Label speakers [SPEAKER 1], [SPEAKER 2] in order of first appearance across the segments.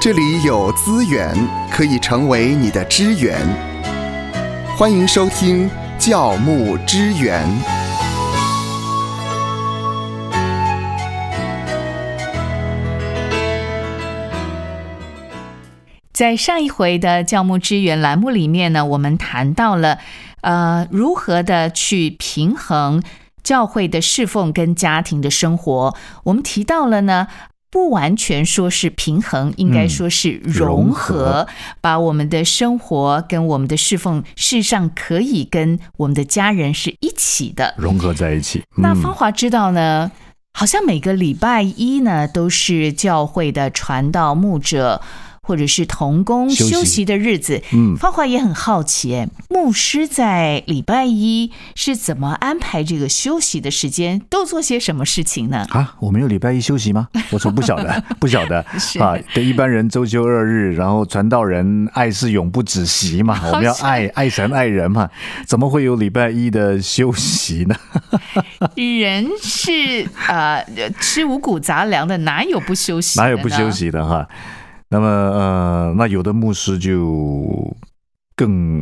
[SPEAKER 1] 这里有资源可以成为你的支援。欢迎收听教牧支援。
[SPEAKER 2] 在上一回的教牧支援栏目里面呢，我们谈到了，呃，如何的去平衡教会的侍奉跟家庭的生活。我们提到了呢，不完全说是平衡，应该说是融合，
[SPEAKER 3] 嗯融合
[SPEAKER 2] 把我们的生活跟我们的侍奉，事实上可以跟我们的家人是一起的。
[SPEAKER 3] 融合在一起。
[SPEAKER 2] 那
[SPEAKER 3] 嗯
[SPEAKER 2] 芳华知道呢，好像每个礼拜一呢都是教会的传道牧者或者是童工
[SPEAKER 3] 休息
[SPEAKER 2] 休息的日子。
[SPEAKER 3] 嗯，
[SPEAKER 2] 芳华也很好奇，哎牧师在礼拜一是怎么安排这个休息的时间，都做些什么事情 呢？
[SPEAKER 3] 啊，我们有礼拜一休息吗？我说不晓得，不晓得
[SPEAKER 2] 是
[SPEAKER 3] 啊。对一般人周休二日，然后传道人爱是永不止息嘛，我们要爱爱神爱人嘛，怎么会有礼拜一的休息呢？
[SPEAKER 2] 人是呃吃五谷杂粮的，哪有不休息？
[SPEAKER 3] 哪有不 休？息的哈？那么呃，那有的牧师就更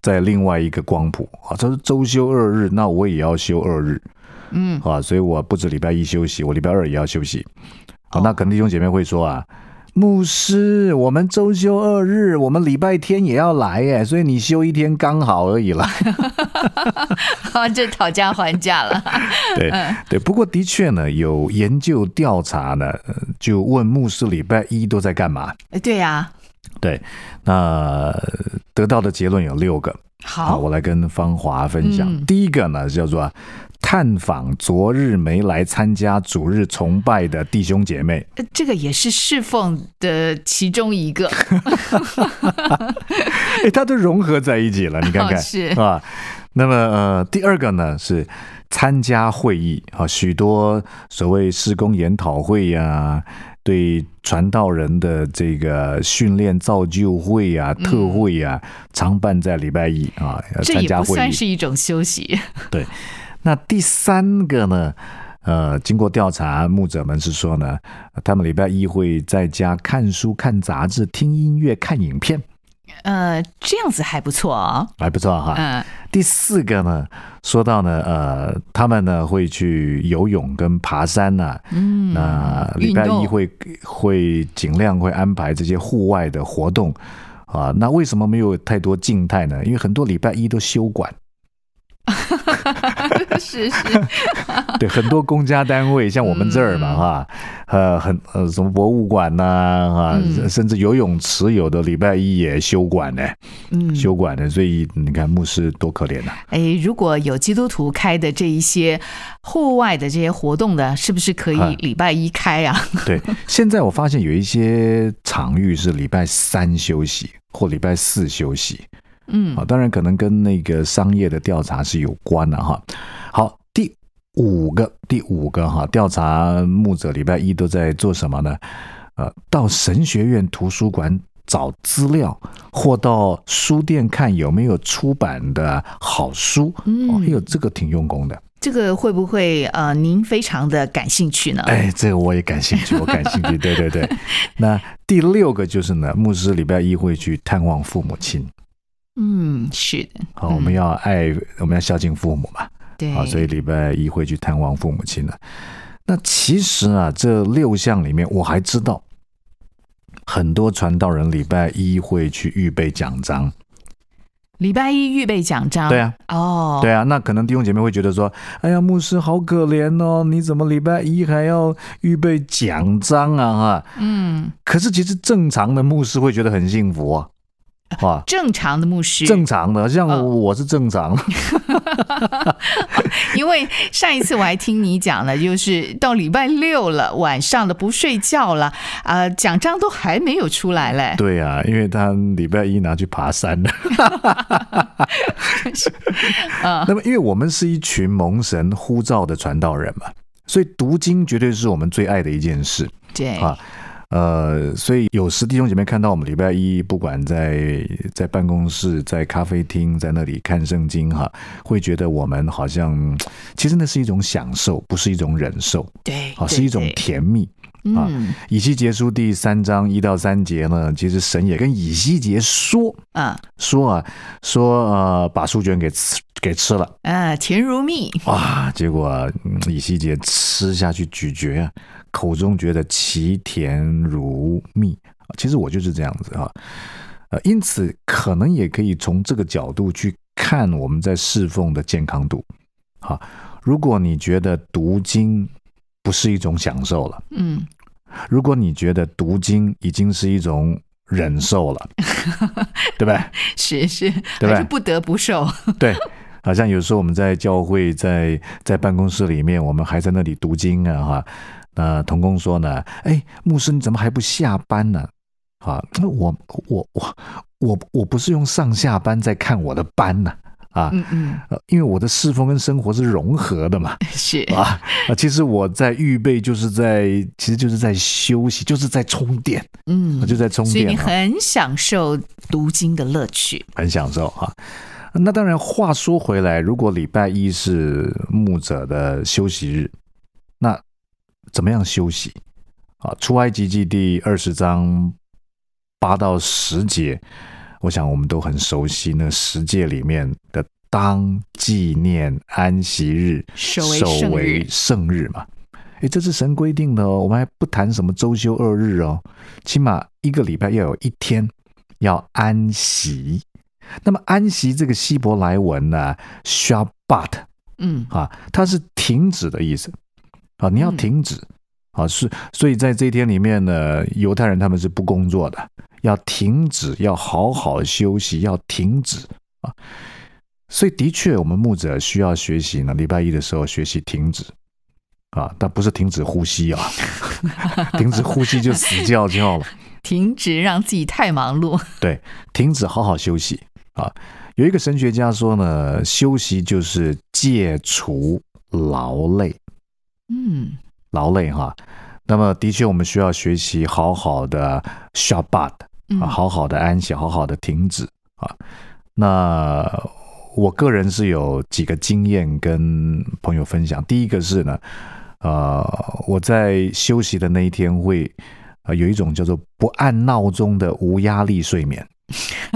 [SPEAKER 3] 在另外一个光谱啊，他说周休二日，那我也要休二日
[SPEAKER 2] 嗯，
[SPEAKER 3] 啊，所以我不止礼拜一休息，我礼拜二也要休息。啊
[SPEAKER 2] 哦，
[SPEAKER 3] 那可能弟兄姐妹会说啊。牧师，我们周休二日，我们礼拜天也要来耶，所以你休一天刚好 而已啦。
[SPEAKER 2] 这哦讨价还价 了。
[SPEAKER 3] 对
[SPEAKER 2] 嗯
[SPEAKER 3] 对，不过的确呢，有研究调查呢，呃就问牧师礼拜一都在干嘛。
[SPEAKER 2] 对呀、
[SPEAKER 3] 对，那呃得到的结论有六个，啊，
[SPEAKER 2] 好
[SPEAKER 3] 我来跟芳华分享。
[SPEAKER 2] 嗯
[SPEAKER 3] 第一个呢，叫做探访昨日没来参加主日崇拜的弟兄 姐妹。
[SPEAKER 2] 呃这个也是侍奉的其中一个。
[SPEAKER 3] 哎，它都融合在一起了，你看看，
[SPEAKER 2] 哦是
[SPEAKER 3] 啊。那么呃，第二个呢是参加会议啊，许多所谓施工研讨会呀、对传道人的这个训练造就会呀、
[SPEAKER 2] 嗯
[SPEAKER 3] 特会呀、常办在礼拜一啊，呃
[SPEAKER 2] 这
[SPEAKER 3] 参
[SPEAKER 2] 也
[SPEAKER 3] 加
[SPEAKER 2] 不
[SPEAKER 3] 会
[SPEAKER 2] 算
[SPEAKER 3] 议。
[SPEAKER 2] 是一种休息。
[SPEAKER 3] 那第三个呢？呃，经过调查，牧者们是说呢，呃他们礼拜一会在家看书、看杂志、听音乐、看影片，
[SPEAKER 2] 呃，这样子还不错啊、
[SPEAKER 3] 还不错哈。
[SPEAKER 2] 嗯，
[SPEAKER 3] 第四个呢，说到呢，呃，他们呢会去游泳跟爬山呐、
[SPEAKER 2] 嗯
[SPEAKER 3] 那礼拜
[SPEAKER 2] 运动
[SPEAKER 3] 一会会尽量会安排这些户外的活动啊。那为什么没有太多静态呢？因为很多礼拜一都休馆，
[SPEAKER 2] 是 是，
[SPEAKER 3] 对，很多公家单位，像我们这儿
[SPEAKER 2] 嗯
[SPEAKER 3] 嘛，哈、呃，很呃，什么博物馆呐、啊，
[SPEAKER 2] 嗯
[SPEAKER 3] 甚至游泳池有的礼拜一也休馆呢、
[SPEAKER 2] 嗯，
[SPEAKER 3] 休馆呢，所以你看牧师多可 怜呐、
[SPEAKER 2] 哎，如果有基督徒开的这一些户外的这些活动的，是不是可以
[SPEAKER 3] 哎
[SPEAKER 2] 礼拜一开啊？
[SPEAKER 3] 对，现在我发现有一些场域是礼拜三休息或礼拜四休息
[SPEAKER 2] 嗯
[SPEAKER 3] 啊，当然可能跟那个商业的调查是有关的、哈。好，第五个，第五个哈，调查牧者礼拜一都在做什么呢？呃，到神学院图书馆找资料，或到书店看有没有出版的好书。
[SPEAKER 2] 嗯
[SPEAKER 3] 哦，哎呦，这个挺用功的。
[SPEAKER 2] 这个会不会呃，您非常的感兴趣呢？
[SPEAKER 3] 哎，这个我也感兴趣，我感兴趣。对 对对，那第六个就是呢，牧师礼拜一会去探望父母亲。
[SPEAKER 2] 嗯，是的，
[SPEAKER 3] 好，我们要爱，我们要孝敬父母嘛。
[SPEAKER 2] 对，
[SPEAKER 3] 啊好，所以礼拜一会去探望父母亲了。那其实啊，这六项里面，我还知道很多传道人礼拜一会去预备奖章。
[SPEAKER 2] 礼拜一预备奖章，
[SPEAKER 3] 对啊，
[SPEAKER 2] 哦，
[SPEAKER 3] 对啊，那可能弟兄姐妹会觉得说：“哎呀，牧师好可怜哦，你怎么礼拜一还要预备奖章啊？”哈，
[SPEAKER 2] 嗯，
[SPEAKER 3] 可是其实正常的牧师会觉得很幸福啊，哇，
[SPEAKER 2] 正常的牧师，
[SPEAKER 3] 正常的，像
[SPEAKER 2] 嗯
[SPEAKER 3] 我是正常，
[SPEAKER 2] 因为上一次我还听你讲了，就是到礼拜六了，晚上了不睡觉了，啊，奖章都还没有出来嘞。
[SPEAKER 3] 对啊，因为他礼拜一拿去 爬山了。
[SPEAKER 2] 嗯
[SPEAKER 3] 那么，因为我们是一群蒙神呼召的传道人嘛，所以读经绝对是我们最爱的一件事。
[SPEAKER 2] 对，
[SPEAKER 3] 啊呃，所以有时弟兄姐妹看到我们礼拜一，不管在在办公室、在咖啡厅，在那里看圣经哈，会觉得我们好像，其实那是一种享受，不是一种忍受。
[SPEAKER 2] 对，
[SPEAKER 3] 啊，
[SPEAKER 2] 对
[SPEAKER 3] 是一种
[SPEAKER 2] 对
[SPEAKER 3] 甜蜜啊。
[SPEAKER 2] 嗯
[SPEAKER 3] 以西结书第三章一到三节呢，其实神也跟以西结说
[SPEAKER 2] 啊
[SPEAKER 3] 说啊说呃，把书卷给吃给吃了
[SPEAKER 2] 啊，甜如蜜，
[SPEAKER 3] 哇，结果、嗯以西结吃下去咀嚼啊，口中觉得其甜如蜜。其实我就是这样子啊，呃，因此可能也可以从这个角度去看我们在侍奉的健康度。好，如果你觉得读经不是一种享受了。
[SPEAKER 2] 嗯
[SPEAKER 3] 如果你觉得读经已经是一种忍 受了，对吧？
[SPEAKER 2] 是是，
[SPEAKER 3] 对
[SPEAKER 2] 还
[SPEAKER 3] 吧啊
[SPEAKER 2] 是不得不受，
[SPEAKER 3] 对，好像有时候我们在教会、在在办公室里面，我们还在那里读经啊，哈。那童工说呢，哎，牧师你怎么还不下班呢？啊，那我我我我我不是用上下班在看我的班呢、啊，
[SPEAKER 2] 嗯嗯
[SPEAKER 3] 呃因为我的侍奉跟生活是融合 的嘛。
[SPEAKER 2] 是
[SPEAKER 3] 啊啊！其实我在预备，就是在，其实就是在休息，就是在充电，
[SPEAKER 2] 嗯
[SPEAKER 3] 我，就在充
[SPEAKER 2] 所以
[SPEAKER 3] 电、
[SPEAKER 2] 你
[SPEAKER 3] 啊。
[SPEAKER 2] 很享受读经的乐趣，
[SPEAKER 3] 很享受哈、那当然，话说回来，如果礼拜一是牧者的休息日，那怎么样休息啊？出埃及记第二十章八到十节，我想我们都很熟悉那十诫里面的“当纪念安息日，
[SPEAKER 2] 守为圣日
[SPEAKER 3] 为。圣日”嘛。诶，这是神规定的哦，我们还不谈什么周休二日哦，起码一个礼拜要有一天要安息。那么安息这个希伯来文呢，shabbat
[SPEAKER 2] 嗯
[SPEAKER 3] 啊，它是停止的意思啊，你要
[SPEAKER 2] 嗯
[SPEAKER 3] 停止、啊，是所以在这一天里面呢，犹太人他们是不工作的，要停止，要好好休息，要停止啊。所以的确，我们牧者需要学习呢，礼拜一的时候学习停止。啊，但不是停止呼吸啊，停止呼吸就死掉就好了。
[SPEAKER 2] 停止让自己太忙碌。
[SPEAKER 3] 对，停止好好休息啊。有一个神学家说呢，休息就是戒除劳累，
[SPEAKER 2] 嗯
[SPEAKER 3] 劳累哈。那么的确，我们需要学习好好的 Shabbat
[SPEAKER 2] 嗯
[SPEAKER 3] 啊，好好的安息，好好的停止啊。那我个人是有几个经验跟朋友分享。第一个是呢，呃，我在休息的那一天会，呃，有一种叫做不按闹钟的无压力睡眠。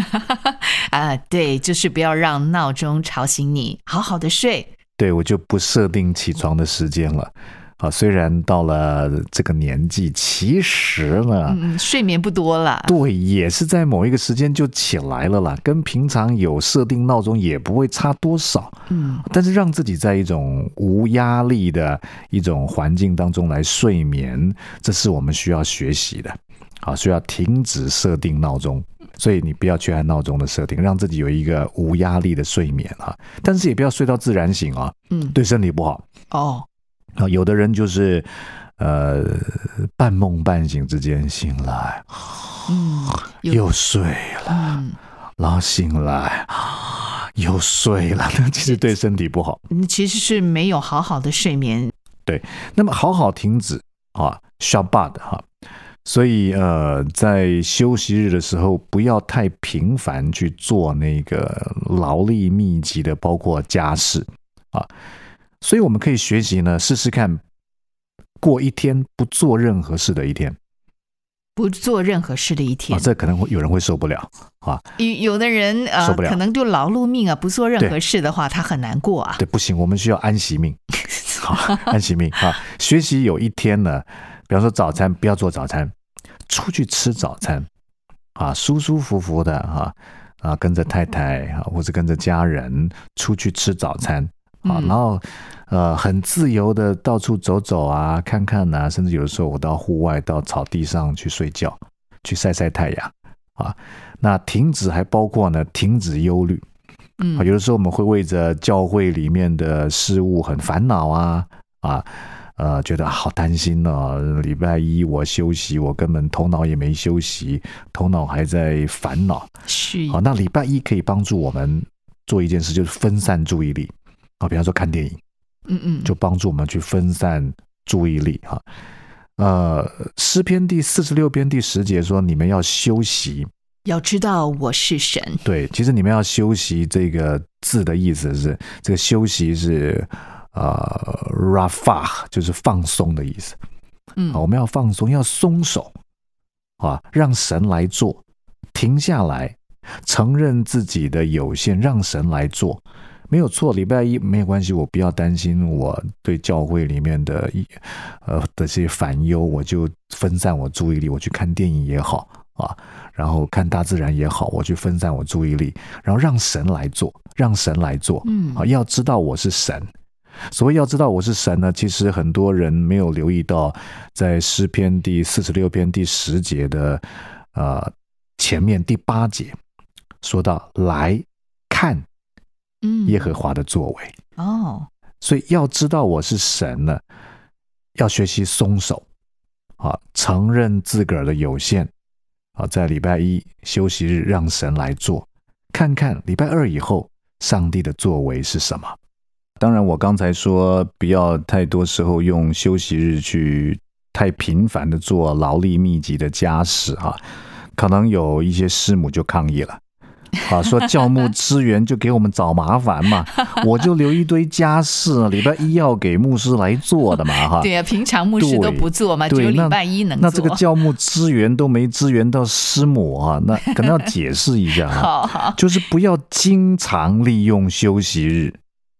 [SPEAKER 2] 啊，对，就是不要让闹钟吵醒你，好好的睡。
[SPEAKER 3] 对我就不设定起床的时间了。啊，虽然到了这个年纪，其实呢，
[SPEAKER 2] 嗯，睡眠不多了。
[SPEAKER 3] 对，也是在某一个时间就起来了啦，跟平常有设定闹钟也不会差多少。
[SPEAKER 2] 嗯
[SPEAKER 3] 但是让自己在一种无压力的一种环境当中来睡眠，这是我们需要学习的。啊，需要停止设定闹钟，所以你不要去按闹钟的设定，让自己有一个无压力的睡眠啊。但是也不要睡到自然醒啊，
[SPEAKER 2] 嗯，
[SPEAKER 3] 对身体不好。
[SPEAKER 2] 哦，
[SPEAKER 3] 啊，有的人就是呃半梦半醒之间醒来，
[SPEAKER 2] 嗯，有
[SPEAKER 3] 又睡了，
[SPEAKER 2] 嗯，
[SPEAKER 3] 然后醒来，啊又睡了， 那其实对身体不好。
[SPEAKER 2] 你其实是没有好好的睡眠。
[SPEAKER 3] 那么好好停止啊，Shabbat 哈、所以呃，在休息日的时候，不要太频繁去做那个劳力密集的，包括家事啊。所以我们可以学习呢，试试看过一天不做任何事的一天
[SPEAKER 2] 不做任何事的一
[SPEAKER 3] 啊，
[SPEAKER 2] 天，
[SPEAKER 3] 这可能会有人会受不了啊。
[SPEAKER 2] 有有的人呃，
[SPEAKER 3] 受不了
[SPEAKER 2] 可能就劳碌命啊，不做任
[SPEAKER 3] 对
[SPEAKER 2] 何事的话，他很难过啊。
[SPEAKER 3] 对，不行，我们需要 安息命，好，安息命啊。学习有一天呢，比方说早餐不要做早餐，出去吃早餐啊，舒舒服服的啊啊，跟着太太
[SPEAKER 2] 嗯
[SPEAKER 3] 啊，或者跟着家人出去吃早餐。啊，
[SPEAKER 2] 嗯
[SPEAKER 3] 然后，呃，很自由的到处走走啊，看看啊，甚至有的时候我到户外、到草地上去睡觉，去晒晒太阳啊。那停止还包括呢，停止忧虑，啊，
[SPEAKER 2] 嗯
[SPEAKER 3] 有的时候我们会为着教会里面的事物很烦恼啊啊。呃，觉得啊好担心哦。礼拜一我休息，我根本头脑也没休息，头脑还在烦恼。
[SPEAKER 2] 是
[SPEAKER 3] 好，那礼拜一可以帮助我们做一件事，就是分散注意力。啊，比方说看电影，
[SPEAKER 2] 嗯嗯，
[SPEAKER 3] 就帮助我们去分散注意力哈。呃，诗篇第四十六篇第十节说：“你们要休息，
[SPEAKER 2] 要知道我是神。
[SPEAKER 3] 对，其实你们要休息这个字的意思是，这个休息是呃 rafa，就是放松的意思
[SPEAKER 2] 嗯
[SPEAKER 3] 啊，我们要放松，要松手啊，让神来做，停下来，承认自己的有限，让神来做。没有错，礼拜一没有关系，我不要担心我对教会里面的一呃的这些烦忧，我就分散我注意力，我去看电影也好啊，然后看大自然也好，我去分散我注意力，然后让神来做，让神来做。
[SPEAKER 2] 嗯
[SPEAKER 3] 啊，要知道我是神。所谓要知道我是神呢，其实很多人没有留意到，在诗篇第四十六篇第十节的呃前面第八节说到来看
[SPEAKER 2] 嗯
[SPEAKER 3] 耶和华的作为，
[SPEAKER 2] 哦，
[SPEAKER 3] 所以要知道我是神呢，要学习松手啊，承认自个儿的有限啊，在礼拜一休息日让神来做，看看礼拜二以后上帝的作为是什么。当然，我刚才说不要太多时候用休息日去太频繁的做劳力密集的家事哈、可能有一些师母就抗议了。啊，说教牧支援就给我们找麻烦嘛，我就留一堆家事，礼拜一要给牧师来做的嘛，哈。
[SPEAKER 2] 对啊，平常牧师
[SPEAKER 3] 对
[SPEAKER 2] 都不做嘛，只
[SPEAKER 3] 对
[SPEAKER 2] 有礼
[SPEAKER 3] 那
[SPEAKER 2] 拜一能做。
[SPEAKER 3] 那这个教牧支援都没支援到师母啊，那可能要解释一下 啊，
[SPEAKER 2] 好好
[SPEAKER 3] 就是不要经常利用休息日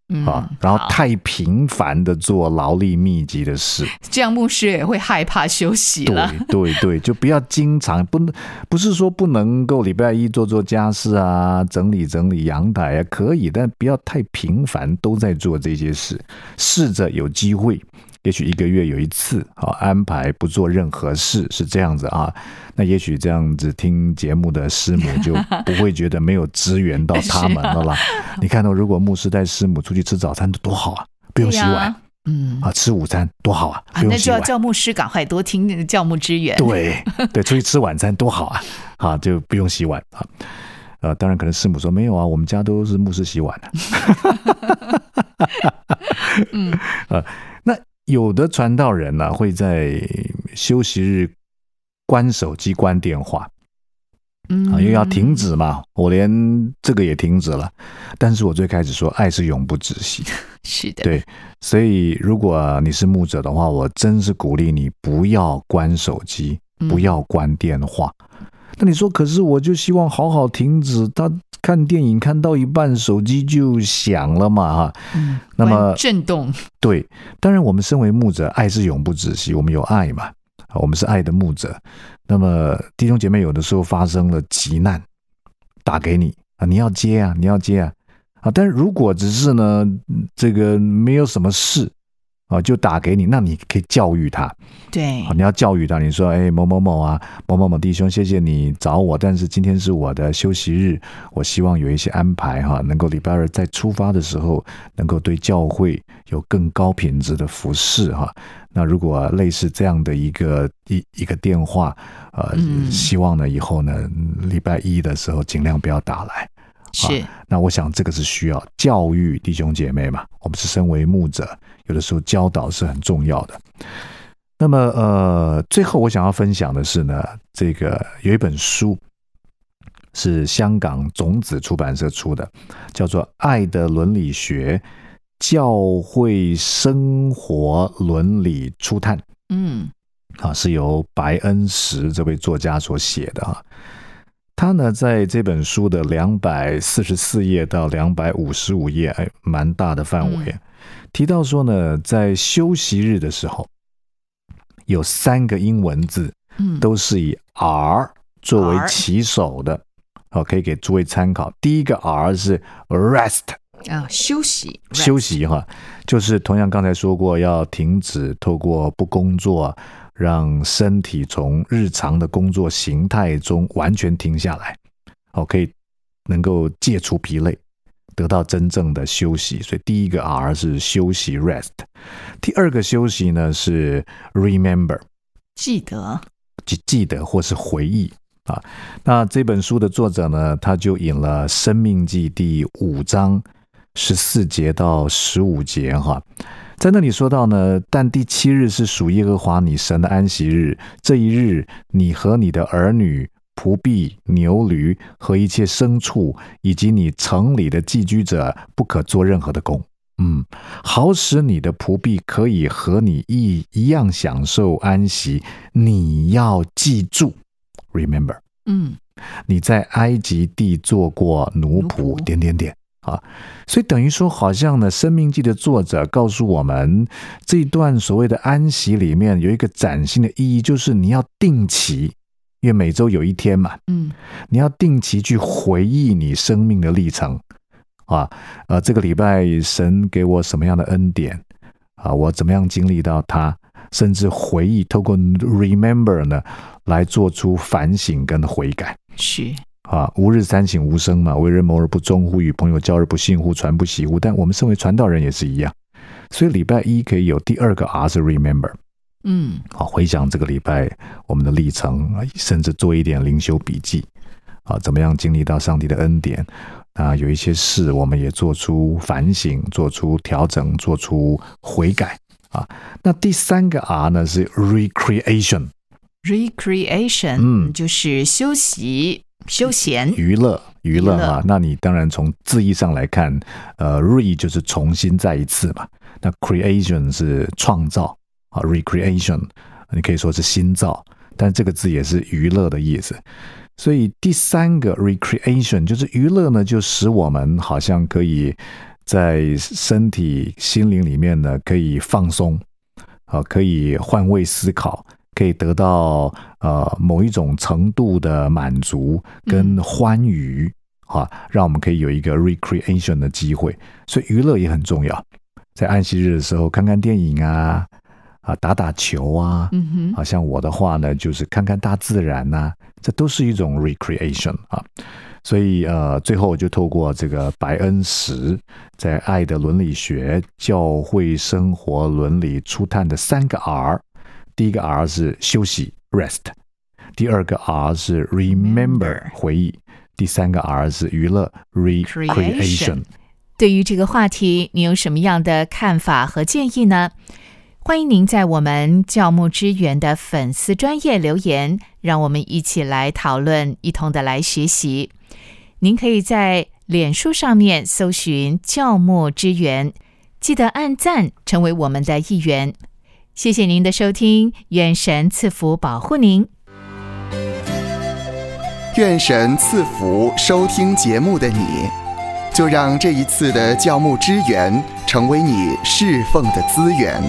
[SPEAKER 2] 嗯
[SPEAKER 3] 啊，然后
[SPEAKER 2] 好
[SPEAKER 3] 太频繁的做劳力密集的事。
[SPEAKER 2] 这样牧师也会害怕休息了。
[SPEAKER 3] 对对对， 就不要经常不能不是说不能够礼拜一做做家事啊，整理整理阳台啊，可以，但不要太频繁都在做这些事。试着有机会，也许一个月有一次啊，安排不做任何事是这样子啊。那也许这样子听节目的师母就不会觉得没有支援到他们 了啦。
[SPEAKER 2] 啊
[SPEAKER 3] 你看到、如果牧师带师母出去吃早餐多好啊，不用洗
[SPEAKER 2] 对
[SPEAKER 3] 碗
[SPEAKER 2] 啊。嗯
[SPEAKER 3] 啊，吃午餐多好啊，
[SPEAKER 2] 啊
[SPEAKER 3] 不，用
[SPEAKER 2] 那
[SPEAKER 3] 洗
[SPEAKER 2] 就
[SPEAKER 3] 碗。
[SPEAKER 2] 要叫牧师赶快多听教牧支援。
[SPEAKER 3] 对对，出去吃晚餐多好啊！啊，就不用洗碗啊。呃，当然可能师母说没有啊，我们家都是牧师洗 碗的。啊
[SPEAKER 2] 嗯，
[SPEAKER 3] 呃，那有的传道人呢、会在休息日关手机、关电话
[SPEAKER 2] 嗯，
[SPEAKER 3] 啊，因为要停止嘛。我连这个也停止了，但是我最开始说，爱是永不止息。
[SPEAKER 2] 是的，
[SPEAKER 3] 对所以，如果你是牧者的话，我真是鼓励你不要关手机，
[SPEAKER 2] 嗯
[SPEAKER 3] 不要关电话。那你说，可是我就希望好好停止。他看电影看到一半，手机就响了嘛，哈。
[SPEAKER 2] 嗯，
[SPEAKER 3] 那么
[SPEAKER 2] 关震动，
[SPEAKER 3] 对，当然我们身为牧者，爱是永不止息，我们有爱嘛，啊我们是爱的牧者。那么弟兄姐妹有的时候发生了急难，打给你啊，你要接啊，你要接啊，啊，但是如果只是呢，嗯这个没有什么事啊，就打给你，那你可以教育他，
[SPEAKER 2] 对
[SPEAKER 3] 啊，，你要教育他，你说，哎，某某某啊，某某某弟兄，谢谢你找我，但是今天是我的休息日，我希望有一些安排哈，能够礼拜二在出发的时候，能够对教会有更高品质的服侍哈。那如果类似这样的一个一一个电话，呃，
[SPEAKER 2] 嗯
[SPEAKER 3] 希望呢以后呢嗯礼拜一的时候尽量不要打来。
[SPEAKER 2] 是
[SPEAKER 3] 那我想这个是需要教育弟兄姐妹嘛，我们是身为牧者，有的时候教导是很重要的。那么呃，最后我想要分享的是呢，这个有一本书是香港种子出版社出的，叫做《爱的伦理学：教会生活伦理初探》。
[SPEAKER 2] 嗯
[SPEAKER 3] 啊，是由白恩石这位作家所写的啊。他呢，在这本书的两百四十四页到两百五十五页，哎，蛮大的范围，提到说呢，在休息日的时候，有三个英文字
[SPEAKER 2] 嗯，
[SPEAKER 3] 都是以 R 作为
[SPEAKER 2] R
[SPEAKER 3] 起手的，好，可以给诸位参考。第一个 R 是 rest，
[SPEAKER 2] 啊休息
[SPEAKER 3] 休息哈，就是同样刚才说过，要停止透过不工作，让身体从日常的工作形态中完全停下来，哦，可以能够戒除疲累，得到真正的休息。所以第一个 R 是休息 （rest），第二个休息呢是 remember，
[SPEAKER 2] 记得
[SPEAKER 3] 记记得或是回忆啊。那这本书的作者呢，他就引了《生命记》第五章十四节到十五节哈。在那里说到呢，但第七日是属耶和华你神的安息日，这一日你和你的儿女、仆婢、牛驴和一切牲畜，以及你城里的寄居者，不可做任何的工。嗯，好使你的仆婢可以和你一一样享受安息。你要记住，remember，
[SPEAKER 2] 嗯，
[SPEAKER 3] 你在埃及地做过奴仆，
[SPEAKER 2] 奴仆
[SPEAKER 3] 点点点啊。所以等于说，好像呢，《生命记》的作者告诉我们，这一段所谓的安息里面有一个崭新的意义，就是你要定期，因为每周有一天嘛，
[SPEAKER 2] 嗯，
[SPEAKER 3] 你要定期去回忆你生命的历程啊，呃，这个礼拜神给我什么样的恩典啊，我怎么样经历到他，甚至回忆，透过 remember 呢来做出反省跟悔改。
[SPEAKER 2] 是，
[SPEAKER 3] 啊，吾日三省吾身嘛，为人谋而不忠乎？与朋友交而不信乎？传不习乎？但我们身为传道人也是一样，所以礼拜一可以有第二个 R 是 remember，
[SPEAKER 2] 嗯，
[SPEAKER 3] 啊，回想这个礼拜我们的历程，啊甚至做一点灵修笔记，啊，怎么样经历到上帝的恩典？啊，有一些事我们也做出反省，做出调整，做出悔改啊。那第三个 R 呢是 recreation
[SPEAKER 2] recreation，
[SPEAKER 3] 嗯
[SPEAKER 2] 就是休息、休闲，
[SPEAKER 3] 娱乐。娱乐
[SPEAKER 2] 娱乐
[SPEAKER 3] 啊，那你当然从字义上来看，呃，re 就是重新再一次嘛，那 creation 是创造啊，recreation 你可以说是新造，但这个字也是娱乐的意思。所以第三个 recreation 就是娱乐呢，就使我们好像可以在身体、心灵里面呢，可以放松，啊，可以换位思考，可以得到呃某一种程度的满足跟欢愉，啊，让我们可以有一个 recreation 的机会。所以娱乐也很重要，在安息日的时候看看电影啊，啊，打打球啊，
[SPEAKER 2] 嗯哼，
[SPEAKER 3] 好像我的话呢，就是看看大自然呐、这都是一种 recreation 啊。所以呃，最后就透过这个白恩石在《爱的伦理学：教会生活伦理》初探的三个 R，第一个 R 是休息 （rest），第二个 R 是 remember
[SPEAKER 2] Remember
[SPEAKER 3] 回忆，第三个 R 是娱乐
[SPEAKER 2] Creation
[SPEAKER 3] recreation。
[SPEAKER 2] 对于这个话题，你有什么样的看法和建议呢？欢迎您在我们教牧之源的粉丝专业留言，让我们一起来讨论，一同的来学习。您可以在脸书上面搜寻“教牧之源”，记得按赞，成为我们的一员。谢谢您的收听，愿神赐福保护您。
[SPEAKER 1] 愿神赐福收听节目的你，就让这一次的教牧支援成为你侍奉的资源。